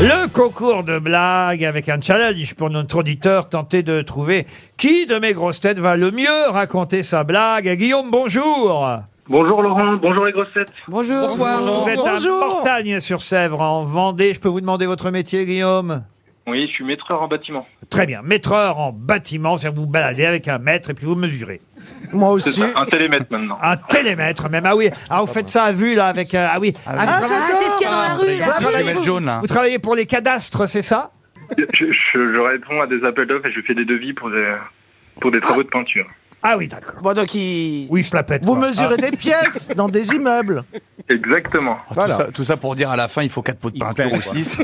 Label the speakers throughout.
Speaker 1: Le concours de blagues avec un challenge pour notre auditeur, tenter de trouver qui de mes grosses têtes va le mieux raconter sa blague. Guillaume, bonjour
Speaker 2: Bonjour Laurent, bonjour les grossettes.
Speaker 3: Bonjour.
Speaker 1: Vous êtes
Speaker 3: Bonjour.
Speaker 1: à Mortagne-sur-Sèvre, en Vendée. Je peux vous demander votre métier, Guillaume
Speaker 2: Oui, je suis maîtreur en bâtiment.
Speaker 1: Très bien. Maîtreur en bâtiment, c'est-à-dire vous baladez avec un mètre et puis vous mesurez.
Speaker 4: Moi
Speaker 2: C'est
Speaker 4: aussi.
Speaker 2: ça, un télémètre maintenant.
Speaker 1: Un télémètre même. Ah oui, ah, vous faites ça à vue, là, avec... euh, ah oui, Ah, vous,
Speaker 3: Ah, c'est ce qu'il y a dans la rue, là.
Speaker 5: jaune là.
Speaker 1: vous travaillez pour les cadastres, c'est ça
Speaker 2: Je, je- je réponds à des appels d'offres et je fais des devis pour des, pour des travaux de peinture.
Speaker 1: Ah oui, d'accord.
Speaker 4: Bon, donc, il-
Speaker 1: Oui, je la pète.
Speaker 6: Ah.
Speaker 4: vous
Speaker 1: quoi.
Speaker 4: mesurez des pièces dans des immeubles.
Speaker 2: Exactement.
Speaker 4: Voilà.
Speaker 5: Tout, ça, tout ça pour dire à la fin, il faut quatre pots de peinture ou 6.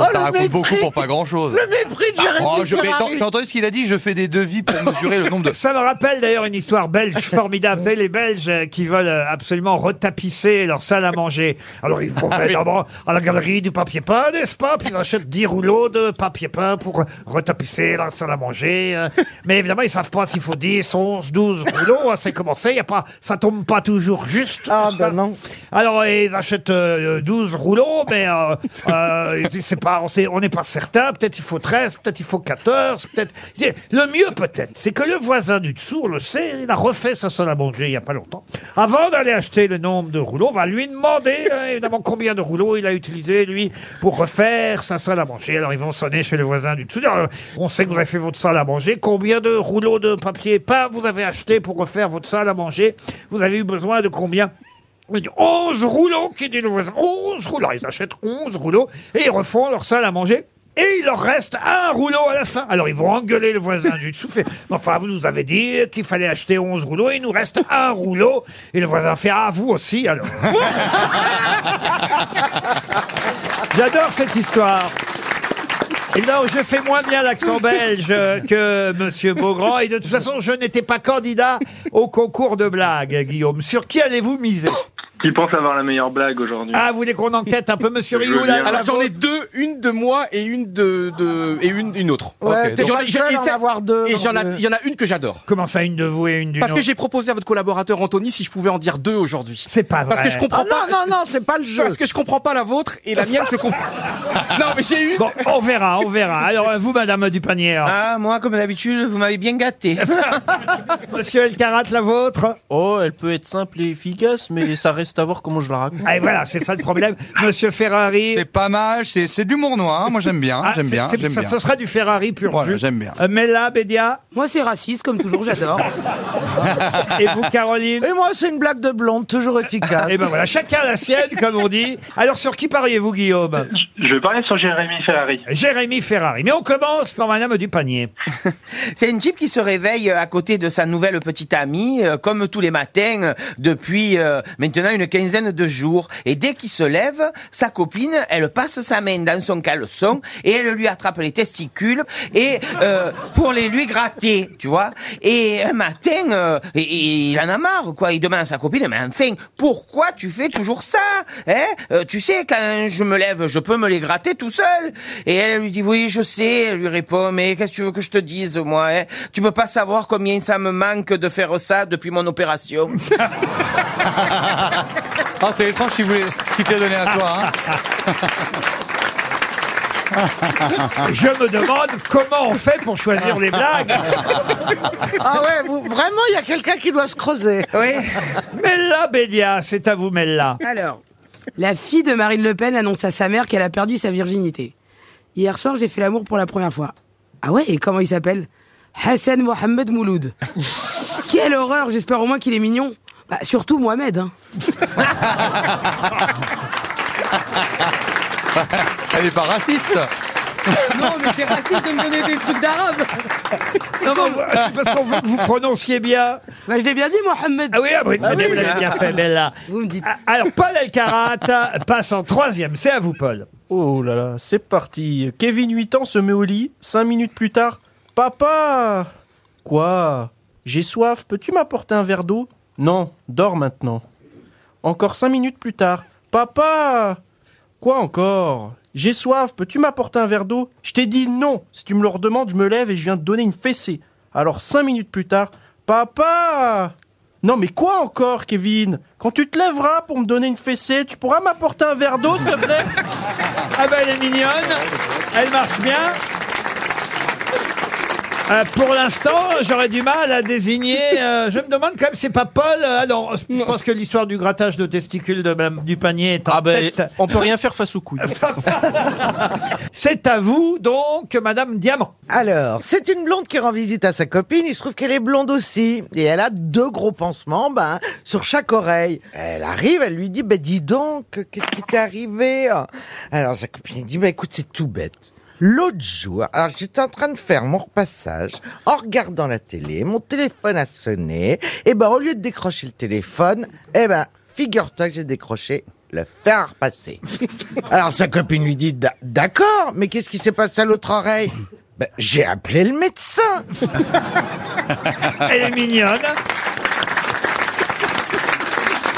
Speaker 4: Oh,
Speaker 5: Ça
Speaker 4: le
Speaker 5: raconte
Speaker 4: mépris.
Speaker 5: beaucoup pour pas grand chose.
Speaker 4: Le mépris de
Speaker 3: Ah,
Speaker 4: Jérémy
Speaker 5: Oh, je vais-
Speaker 4: Ferrari.
Speaker 5: attends, J'ai entendu ce qu'il a dit, je fais des devis pour mesurer le nombre de...
Speaker 1: Ça me rappelle d'ailleurs une histoire belge formidable. Vous savez, les Belges euh, qui veulent euh, absolument retapisser leur salle à manger. Alors ils vont évidemment à la galerie du papier peint, n'est-ce pas Puis ils achètent 10 rouleaux de papier peint pour retapisser la salle à manger. euh. Mais évidemment, ils savent pas s'il faut 10, 11, 12 rouleaux. hein, C'est commencé, y a pas, ça tombe pas toujours juste.
Speaker 4: Ah,
Speaker 1: n'est-ce
Speaker 4: bah
Speaker 1: pas
Speaker 4: non.
Speaker 1: alors, ils achètent euh, 12 rouleaux, mais euh, euh, ils disent, c'est pas, on sait- on n'est pas certain. Peut-être il faut 13, peut-être il faut 14, peut-être. C'est- Le mieux, peut-être, c'est que le voisin du dessous, on le sait, il a refait sa salle à manger il n'y a pas longtemps. Avant d'aller acheter le nombre de rouleaux, on va lui demander, euh, évidemment, combien de rouleaux il a utilisé, lui, pour refaire sa salle à manger. Alors, ils vont sonner chez le voisin du dessous. dire, euh, on sait que vous avez fait votre salle à manger. Combien de rouleaux de papier peint vous avez acheté pour refaire votre salle à manger Vous avez eu besoin de combien oui, 11 rouleaux, qui dit le voisin. 11 rouleaux. Alors, Ils achètent 11 rouleaux et ils refont leur salle à manger. Et il leur reste un rouleau à la fin. Alors ils vont engueuler le voisin du dessous. fait, Mais enfin, vous nous avez dit qu'il fallait acheter 11 rouleaux, il nous reste un rouleau. Et le voisin fait, ah, vous aussi alors. J'adore cette histoire. Et non, je fais moins bien l'accent belge euh, que Monsieur Beaugrand. Et de toute façon, je n'étais pas candidat au concours de blagues, Guillaume. Sur qui allez-vous miser
Speaker 2: Qui pense avoir la meilleure blague aujourd'hui
Speaker 1: Ah, vous voulez qu'on enquête un peu, Monsieur
Speaker 2: Je
Speaker 1: Rioux
Speaker 2: veux
Speaker 1: là
Speaker 2: bien.
Speaker 6: Alors Ah, j'en ai deux, une de moi et une de, de- et une une autre.
Speaker 4: Ouais,
Speaker 5: Ok,
Speaker 4: t'es
Speaker 6: donc-
Speaker 4: pas le seul à en
Speaker 6: J'essaie-
Speaker 4: avoir deux. euh.
Speaker 6: Et
Speaker 4: dans
Speaker 6: j'en
Speaker 7: euh.
Speaker 6: a-
Speaker 4: le-
Speaker 6: il y en a une que j'adore.
Speaker 1: Comment ça, une de vous et une d'une
Speaker 6: Parce que
Speaker 1: autre
Speaker 6: j'ai proposé à votre collaborateur Anthony si je pouvais en dire deux aujourd'hui.
Speaker 1: C'est pas vrai.
Speaker 6: Parce que je
Speaker 4: Ah
Speaker 6: comprends
Speaker 4: non,
Speaker 6: pas.
Speaker 4: non, non, c'est pas le jeu.
Speaker 6: Parce que je comprends pas la vôtre et la mienne je comprends. non mais j'ai une.
Speaker 1: Bon, on verra, on verra. Alors, euh, vous, Madame Dupanier, alors.
Speaker 7: Ah, moi, comme d'habitude, vous m'avez bien gâté.
Speaker 1: Monsieur Elkarat, la vôtre
Speaker 7: Oh, elle peut être simple et efficace, mais ça reste à voir comment je la raconte.
Speaker 1: Ah, Et voilà, c'est ça le problème. Monsieur Ferrari.
Speaker 5: C'est pas mal, c'est c'est de l'humour noir, moi j'aime bien,
Speaker 1: Ah,
Speaker 5: j'aime
Speaker 1: c'est-
Speaker 5: bien,
Speaker 1: c'est-
Speaker 5: j'aime
Speaker 1: ça,
Speaker 5: bien.
Speaker 1: Ce sera du Ferrari pur
Speaker 5: Voilà,
Speaker 1: jus.
Speaker 5: j'aime bien.
Speaker 1: Euh, Mella, Bédia,
Speaker 3: Moi, c'est raciste, comme toujours, j'adore.
Speaker 1: et vous, Caroline
Speaker 4: Et moi, c'est une blague de blonde, toujours
Speaker 7: Ah.
Speaker 4: efficace.
Speaker 1: Et ben voilà, chacun la sienne, comme on dit. Alors, sur qui pariez-vous, Guillaume
Speaker 2: Je vais parler sur Jérémy Ferrari.
Speaker 1: Jérémy Ferrari. Mais on commence par Madame Dupanier.
Speaker 7: C'est une type qui se réveille euh, à côté de sa nouvelle petite amie, euh, comme tous les matins, euh, depuis euh, maintenant une quinzaine de jours. Et dès qu'il se lève, sa copine, elle passe sa main dans son caleçon et elle lui attrape les testicules et euh, pour les lui gratter, tu vois. Et un matin, euh, et- et il en a marre, quoi. Il demande à sa copine, mais enfin, pourquoi tu fais toujours ça hein Euh, Tu sais, quand je me lève, je peux me les gratter tout seul. Et elle lui dit, oui, je sais. Elle lui répond, mais qu'est-ce que tu veux que je te dise, moi hein Tu peux pas savoir combien ça me manque de faire ça depuis mon opération.
Speaker 5: Ah, c'est étrange qu'il voulait- qu'il t'ait donné à toi. hein.
Speaker 1: Je me demande comment on fait pour choisir les blagues.
Speaker 4: Ah ouais, vous- vraiment, il y a quelqu'un qui doit se creuser.
Speaker 1: Oui. Mella Bédia, c'est à vous, Mella.
Speaker 3: Alors, la fille de Marine Le Pen annonce à sa mère qu'elle a perdu sa virginité. Hier soir, j'ai fait l'amour pour la première fois. Ah ouais, et comment il s'appelle Hassan Mohamed Mouloud. Quelle horreur, j'espère au moins qu'il est mignon. Bah, surtout Mohamed. hein.
Speaker 5: Elle est pas raciste.
Speaker 3: Non, mais c'est raciste de me donner des trucs d'arabe.
Speaker 1: Non, mais vous- parce qu'on veut que vous prononciez bien.
Speaker 3: Bah, je l'ai bien dit, Mohamed.
Speaker 1: Ah oui, ah oui,
Speaker 4: Bah
Speaker 1: vous l'avez bien fait, Bella.
Speaker 3: Vous me dites.
Speaker 1: Ah, Alors, Paul Elkarat passe en troisième. C'est à vous, Paul.
Speaker 7: Oh là là, c'est parti. Kevin, 8 ans, se met au lit. 5 minutes plus tard, Papa Quoi J'ai soif, peux-tu m'apporter un verre d'eau Non, dors maintenant. Encore 5 minutes plus tard, Papa Quoi encore J'ai soif, peux-tu m'apporter un verre d'eau Je t'ai dit non. Si tu me le redemandes, je me lève et je viens te donner une fessée. Alors 5 minutes plus tard, Papa
Speaker 8: Non, mais quoi encore, Kevin Quand tu te lèveras pour me donner une fessée, tu pourras m'apporter un verre d'eau, s'il te plaît
Speaker 1: Ah ben elle est mignonne, elle marche bien. Euh, pour l'instant, j'aurais du mal à désigner. euh, je me demande quand même, c'est pas Paul. euh, ah non, je pense que l'histoire du grattage de testicules de même du panier est en
Speaker 8: Ah ben,
Speaker 1: tête.
Speaker 8: on peut rien faire face aux couilles.
Speaker 1: C'est à vous donc, Madame Diamant.
Speaker 4: Alors, c'est une blonde qui rend visite à sa copine, il se trouve qu'elle est blonde aussi, et elle a deux gros pansements ben, sur chaque oreille. Elle arrive, elle lui dit, ben dis donc, qu'est-ce qui t'est arrivé Alors sa copine dit, ben écoute, c'est tout bête. L'autre jour, alors j'étais en train de faire mon repassage, en regardant la télé, mon téléphone a sonné, et ben au lieu de décrocher le téléphone, eh ben figure-toi que j'ai décroché le fer à repasser. Alors sa copine lui dit D'a- d'accord, mais qu'est-ce qui s'est passé à l'autre oreille Ben, J'ai appelé le médecin.
Speaker 1: Elle est mignonne.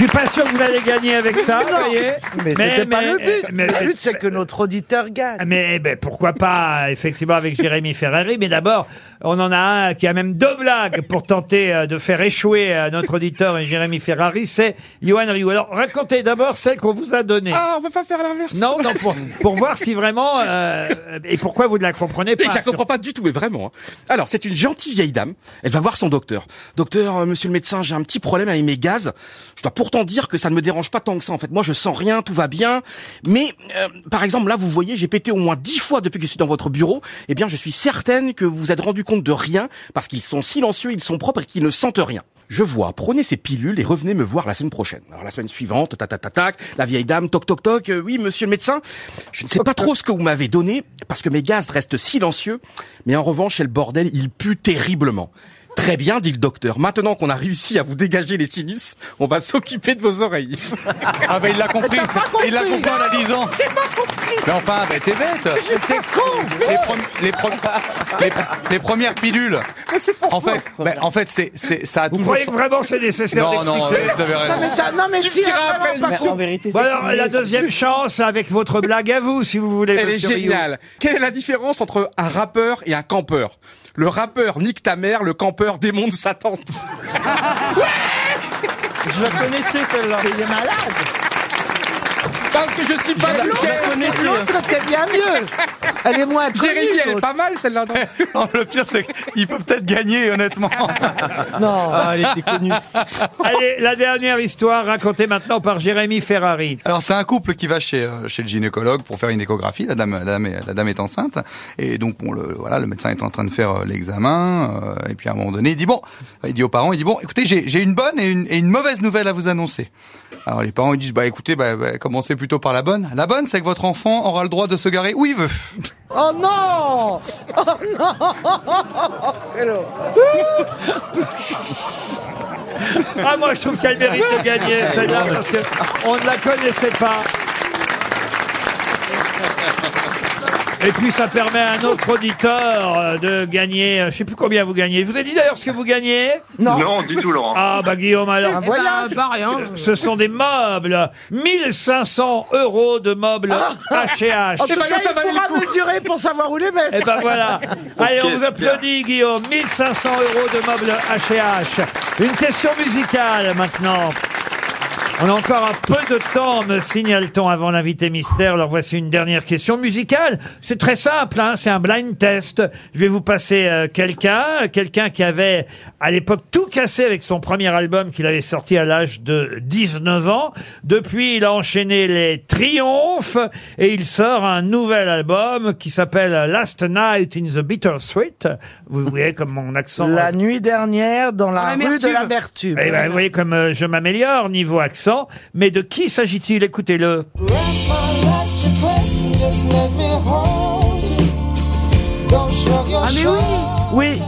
Speaker 1: Je suis pas sûr que vous allez gagner avec ça, vous voyez.
Speaker 4: Mais, c'était pas
Speaker 1: mais-
Speaker 4: le but.
Speaker 1: mais-
Speaker 4: le but c'est que notre auditeur gagne.
Speaker 1: Mais ben, pourquoi pas, effectivement, avec Jérémy Ferrari. Mais d'abord, on en a un qui a même deux blagues pour tenter euh, de faire échouer euh, notre auditeur et Jérémy Ferrari. C'est Johan Rioux. Alors, racontez d'abord celle qu'on vous a donnée.
Speaker 6: Ah, on peut pas faire l'inverse.
Speaker 1: Non, non, pour, pour voir si vraiment... euh, et pourquoi vous ne la comprenez
Speaker 6: Et
Speaker 1: pas.
Speaker 6: je la comprends pas du tout, mais vraiment. hein. Alors, c'est une gentille vieille dame. Elle va voir son docteur. Docteur, euh, monsieur le médecin, j'ai un petit problème avec mes gaz. Je dois pourtant dire que ça ne me dérange pas tant que ça. En fait, moi, je sens rien, tout va bien. Mais, euh, par exemple, là, vous voyez, j'ai pété au moins dix fois depuis que je suis dans votre bureau. Eh bien, je suis certaine que vous vous êtes rendu compte de rien parce qu'ils sont silencieux, ils sont propres et qu'ils ne sentent rien. Je vois, prenez ces pilules et revenez me voir la semaine prochaine. Alors la semaine suivante, ta ta ta tac, la vieille dame, toc toc toc, euh, oui monsieur le médecin, je ne sais pas trop ce que vous m'avez donné parce que mes gaz restent silencieux, mais en revanche c'est le bordel, il pue terriblement. Très bien, dit le docteur. Maintenant qu'on a réussi à vous dégager les sinus, on va s'occuper de vos oreilles.
Speaker 5: Ah ben il l'a compris. Il l'a compris en la disant. J'ai pas compris. Mais enfin, ben t'es bête. J'étais con. Les, premi- les pro- les- les premières pilules. En fait, ben, en fait, c'est, c'est, ça a
Speaker 1: Vous
Speaker 5: toujours.
Speaker 1: croyez que vraiment c'est nécessaire
Speaker 5: Non,
Speaker 1: d'expliquer
Speaker 5: non, vous avez raison.
Speaker 4: Non mais, ça- non, mais si, vraiment, parce que-
Speaker 6: euh,
Speaker 1: Bon, alors, la deuxième chance avec votre blague à vous, si vous voulez.
Speaker 6: Elle est
Speaker 1: monsieur Rioux.
Speaker 6: géniale. Quelle est la différence entre un rappeur et un campeur Le rappeur nique ta mère, le campeur démonte sa tante.
Speaker 8: Je la connaissais, celle-là.
Speaker 4: il est malade.
Speaker 6: Parce que je suis pas
Speaker 8: Je la-
Speaker 6: niqué.
Speaker 8: je la connaissais.
Speaker 4: L'autre était bien mieux. Elle est moins
Speaker 6: Jérémy,
Speaker 4: connue.
Speaker 6: elle est
Speaker 4: l'autre.
Speaker 6: pas mal celle-là. non
Speaker 5: Non, le pire, c'est qu'il peut peut-être gagner, honnêtement.
Speaker 4: Non.
Speaker 8: Ah, elle était connue.
Speaker 1: Allez, la dernière histoire racontée maintenant par Jérémy Ferrari.
Speaker 5: Alors c'est un couple qui va chez euh, chez le gynécologue pour faire une échographie. La dame la dame est, la dame est enceinte et donc bon le voilà le médecin est en train de faire euh, l'examen euh, et puis à un moment donné il dit bon il dit aux parents il dit bon écoutez j'ai j'ai une bonne et une, et une mauvaise nouvelle à vous annoncer. Alors les parents ils disent bah écoutez bah, bah, commencez plutôt par la bonne. La bonne c'est que votre enfant aura le droit de se garer où il veut.
Speaker 4: Oh non
Speaker 1: Ah, moi, je trouve qu'elle mérite de gagner, celle-là, parce que on ne la connaissait pas. Et puis, ça permet à un autre auditeur euh, de gagner. euh, Je ne sais plus combien vous gagnez. Je vous ai dit d'ailleurs ce que vous gagnez.
Speaker 4: Non.
Speaker 2: Non, du tout, Laurent.
Speaker 1: Ah, bah, Guillaume, alors.
Speaker 4: Ah, voilà.
Speaker 3: Eh ben, pas rien.
Speaker 1: Ce sont des meubles. 1500 euros de meubles
Speaker 4: En
Speaker 1: H&H.
Speaker 4: tout cas, il pourra mesurer pour savoir où les mettre.
Speaker 1: Et ben voilà. Allez, on vous applaudit, Guillaume. 1500 euros de meubles H&H. Une question musicale maintenant. On a encore un peu de temps, me signale-t-on, avant l'invité mystère. Alors voici une dernière question musicale. C'est très simple, hein, c'est un blind test. Je vais vous passer euh, quelqu'un, euh, quelqu'un qui avait à l'époque tout cassé avec son premier album qu'il avait sorti à l'âge de 19 ans. Depuis, il a enchaîné les triomphes et il sort un nouvel album qui s'appelle Last Night in the Bittersweet. Vous voyez comme mon accent...
Speaker 4: La nuit dernière, dans la
Speaker 3: Dans
Speaker 4: rue de
Speaker 3: l'amertume.
Speaker 4: l'amertume.
Speaker 1: Eh ben, vous voyez comme euh, je m'améliore niveau accent, mais de qui s'agit-il Écoutez-le.
Speaker 3: Ah mais oui
Speaker 4: Oui,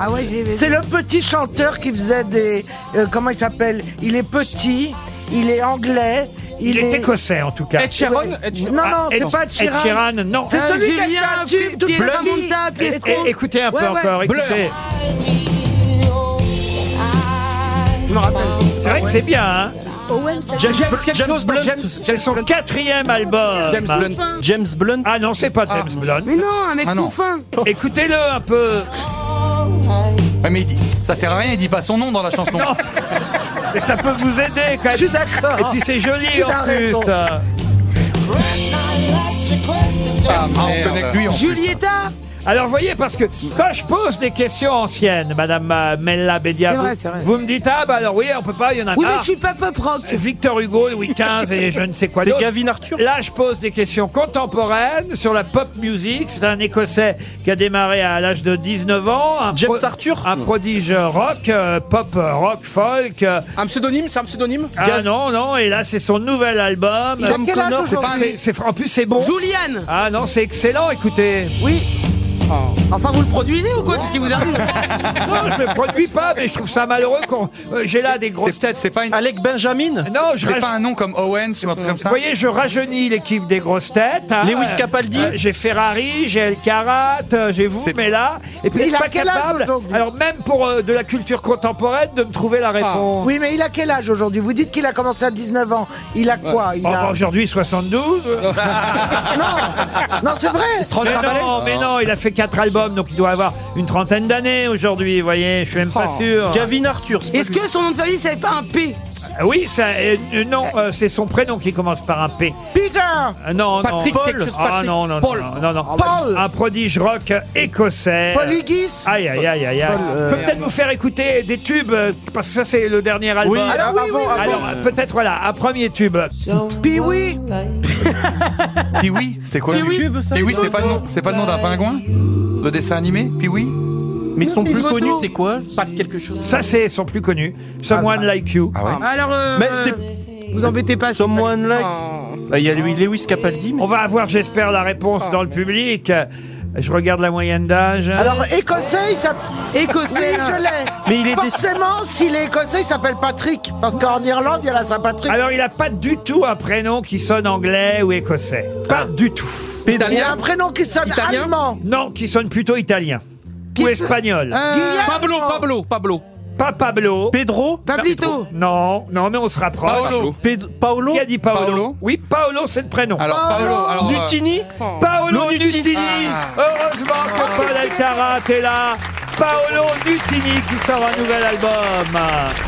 Speaker 3: Ah ouais, j'ai
Speaker 4: c'est le petit chanteur qui faisait des... euh, comment il s'appelle Il est petit, il est anglais, il,
Speaker 1: Il, est,
Speaker 4: est...
Speaker 1: écossais en tout cas.
Speaker 6: Ed Sheeran Ed Sheeran.
Speaker 4: Non, non,
Speaker 1: Ah, Ed-
Speaker 4: c'est pas
Speaker 1: Ed
Speaker 4: Chirac.
Speaker 1: Sheeran, non.
Speaker 4: C'est
Speaker 1: Ah,
Speaker 4: celui qui a fait
Speaker 3: Euh, Julien,
Speaker 4: un tube toute
Speaker 3: Pierre
Speaker 4: la vie.
Speaker 3: Monta,
Speaker 1: é-
Speaker 3: Pietro.
Speaker 1: é- écoutez un peu
Speaker 3: Ouais, ouais.
Speaker 1: encore, écoutez.
Speaker 3: Je me rappelle.
Speaker 1: C'est vrai que c'est bien, hein
Speaker 8: James, James Blunt.
Speaker 1: C'est son quatrième album.
Speaker 6: James Blunt.
Speaker 8: James Blunt.
Speaker 1: Ah non, c'est pas James Blunt.
Speaker 3: Mais non, un mec
Speaker 5: Ah non.
Speaker 3: tout fin.
Speaker 1: Écoutez-le un peu.
Speaker 5: Ouais, mais il dit, ça sert à rien, il dit pas son nom dans la chanson. Ah,
Speaker 1: Et ça peut vous aider quand même.
Speaker 4: Je suis d'accord.
Speaker 1: Et puis c'est joli
Speaker 4: Tu
Speaker 1: en
Speaker 4: as
Speaker 1: plus.
Speaker 4: raison.
Speaker 1: euh.
Speaker 5: Ah, on connecte lui en plus.
Speaker 3: Julieta
Speaker 1: Alors voyez, parce que quand je pose des questions anciennes, Madame euh, Mella Bédia,
Speaker 3: C'est vrai,
Speaker 1: vous,
Speaker 3: c'est vrai.
Speaker 1: vous me dites ah bah alors oui, on peut pas, il y en a
Speaker 3: Oui, mais
Speaker 5: Ah.
Speaker 1: marre.
Speaker 3: je suis pas pop rock.
Speaker 1: Victor Hugo, Louis XV et je ne sais quoi
Speaker 8: C'est
Speaker 1: d'autre.
Speaker 8: Gavin Arthur.
Speaker 1: Là, je pose des questions contemporaines sur la pop music. C'est un Écossais qui a démarré à l'âge de 19 ans. Un
Speaker 8: James Arthur.
Speaker 1: Un prodige rock, euh, pop, euh, rock, folk. euh,
Speaker 6: Un pseudonyme, c'est un pseudonyme
Speaker 1: ah non, non, et là, c'est son nouvel album.
Speaker 4: Il a quel âge
Speaker 1: c'est pas-
Speaker 4: aujourd'hui
Speaker 1: c'est- c'est- En plus, c'est bon.
Speaker 3: Julianne
Speaker 1: Ah non, c'est excellent, écoutez.
Speaker 3: Oui. Enfin, vous le produisez ou quoi Qu'est-ce qui vous arrive
Speaker 1: Non, je ne produis pas, mais je trouve ça malheureux quand euh, j'ai là des grosses
Speaker 5: C'est
Speaker 1: têtes.
Speaker 5: c'est pas, une-
Speaker 8: Alec Benjamin.
Speaker 1: Non, je
Speaker 5: c'est
Speaker 1: raj-
Speaker 5: pas un nom comme Owens ou un truc comme
Speaker 1: Vous
Speaker 5: ça
Speaker 1: voyez, je rajeunis l'équipe des grosses têtes. hein.
Speaker 8: Lewis Capaldi.
Speaker 1: Euh, J'ai Ferrari, j'ai El Karat, euh, j'ai vous,
Speaker 5: C'est-
Speaker 1: mais là, et puis
Speaker 4: Il
Speaker 1: je suis
Speaker 4: a
Speaker 1: pas
Speaker 4: quel âge
Speaker 1: capable.
Speaker 4: aujourd'hui Ah,
Speaker 1: Alors même pour euh, de la culture contemporaine, de me trouver la réponse.
Speaker 4: Oui, mais il a quel âge aujourd'hui Vous dites qu'il a commencé à 19 ans. Il a quoi Il
Speaker 1: Oh,
Speaker 4: a... Ah,
Speaker 1: Aujourd'hui 72
Speaker 4: Non, non c'est vrai.
Speaker 1: Mais non,
Speaker 4: Ah.
Speaker 1: mais non, il a fait quatre albums, donc il doit avoir une trentaine d'années aujourd'hui, vous voyez, je suis même
Speaker 4: Oh.
Speaker 1: pas sûr.
Speaker 8: Gavin Arthur. c'est pas
Speaker 3: Est-ce
Speaker 8: lui.
Speaker 3: que son nom de famille, c'est pas un P
Speaker 1: Oui, ça, euh, euh, non, euh, c'est son prénom qui commence par un P.
Speaker 4: Peter
Speaker 1: Euh, Non,
Speaker 5: Patrick,
Speaker 1: non.
Speaker 5: quelque chose,
Speaker 1: Ah
Speaker 5: Patrick.
Speaker 1: non, non, non,
Speaker 5: Paul.
Speaker 1: non, non, non.
Speaker 4: Paul.
Speaker 1: Un prodige rock écossais.
Speaker 8: Euh,
Speaker 4: Paul Higgis
Speaker 1: Aïe, aïe, aïe, aïe, aïe.
Speaker 4: Paul, euh,
Speaker 1: Je peux peut-être vous faire écouter des tubes, euh, parce que ça, c'est le dernier album.
Speaker 8: Oui,
Speaker 4: Alors, oui, oui,
Speaker 8: euh, avant,
Speaker 4: oui.
Speaker 1: Alors, euh, peut-être, voilà, un premier tube.
Speaker 4: Puis oui,
Speaker 5: Pee-wee C'est quoi
Speaker 8: Pee-wee.
Speaker 5: le Pee-wee, c'est pas le nom, c'est pas le nom d'un pingouin De dessin animé Pee-wee
Speaker 8: Mais son plus
Speaker 3: Bono.
Speaker 8: connu, c'est quoi Pas de quelque chose.
Speaker 1: Ça, c'est son plus connu.
Speaker 4: bah.
Speaker 1: Someone Like You.
Speaker 5: Ah ouais
Speaker 3: Alors, euh,
Speaker 8: Mais c'est-
Speaker 3: vous embêtez pas. c'est pas-
Speaker 8: Someone like. Bah, Il y a lui, Lewis Capaldi. mais-
Speaker 1: On va avoir, j'espère, la réponse dans le public. Je regarde la moyenne d'âge.
Speaker 4: Ah, alors écossais, il s'appelle. Oui,
Speaker 3: Écossais. hein.
Speaker 4: je l'ai.
Speaker 8: Mais il est décédé.
Speaker 4: Forcément, s'il est écossais, il s'appelle Patrick. Parce qu'en Irlande, il y a la Saint-Patrick.
Speaker 8: Ah,
Speaker 1: Alors, il a pas du tout un prénom qui sonne anglais ou écossais.
Speaker 4: Ah.
Speaker 1: Pas du tout.
Speaker 4: Il y a un
Speaker 6: Italien
Speaker 4: prénom qui sonne
Speaker 6: Italien
Speaker 4: allemand.
Speaker 1: Non, qui sonne plutôt italien. Ou espagnol.
Speaker 3: Euh,
Speaker 4: Guillaume.
Speaker 6: Pablo, Pablo, Pablo.
Speaker 1: Pas Pablo.
Speaker 8: Pedro.
Speaker 3: Pablito.
Speaker 1: Non, non, mais on se rapproche.
Speaker 5: Paolo.
Speaker 8: Pedro- Paolo.
Speaker 1: Qui a dit Paolo,
Speaker 5: Paolo.
Speaker 1: Oui, Paolo, c'est le prénom.
Speaker 5: Alors Paolo, alors. euh,
Speaker 8: Nutini.
Speaker 1: Paolo
Speaker 8: Nutini.
Speaker 1: Nutini Heureusement que Paul Alcarat est là Paolo Nutini qui sort un nouvel album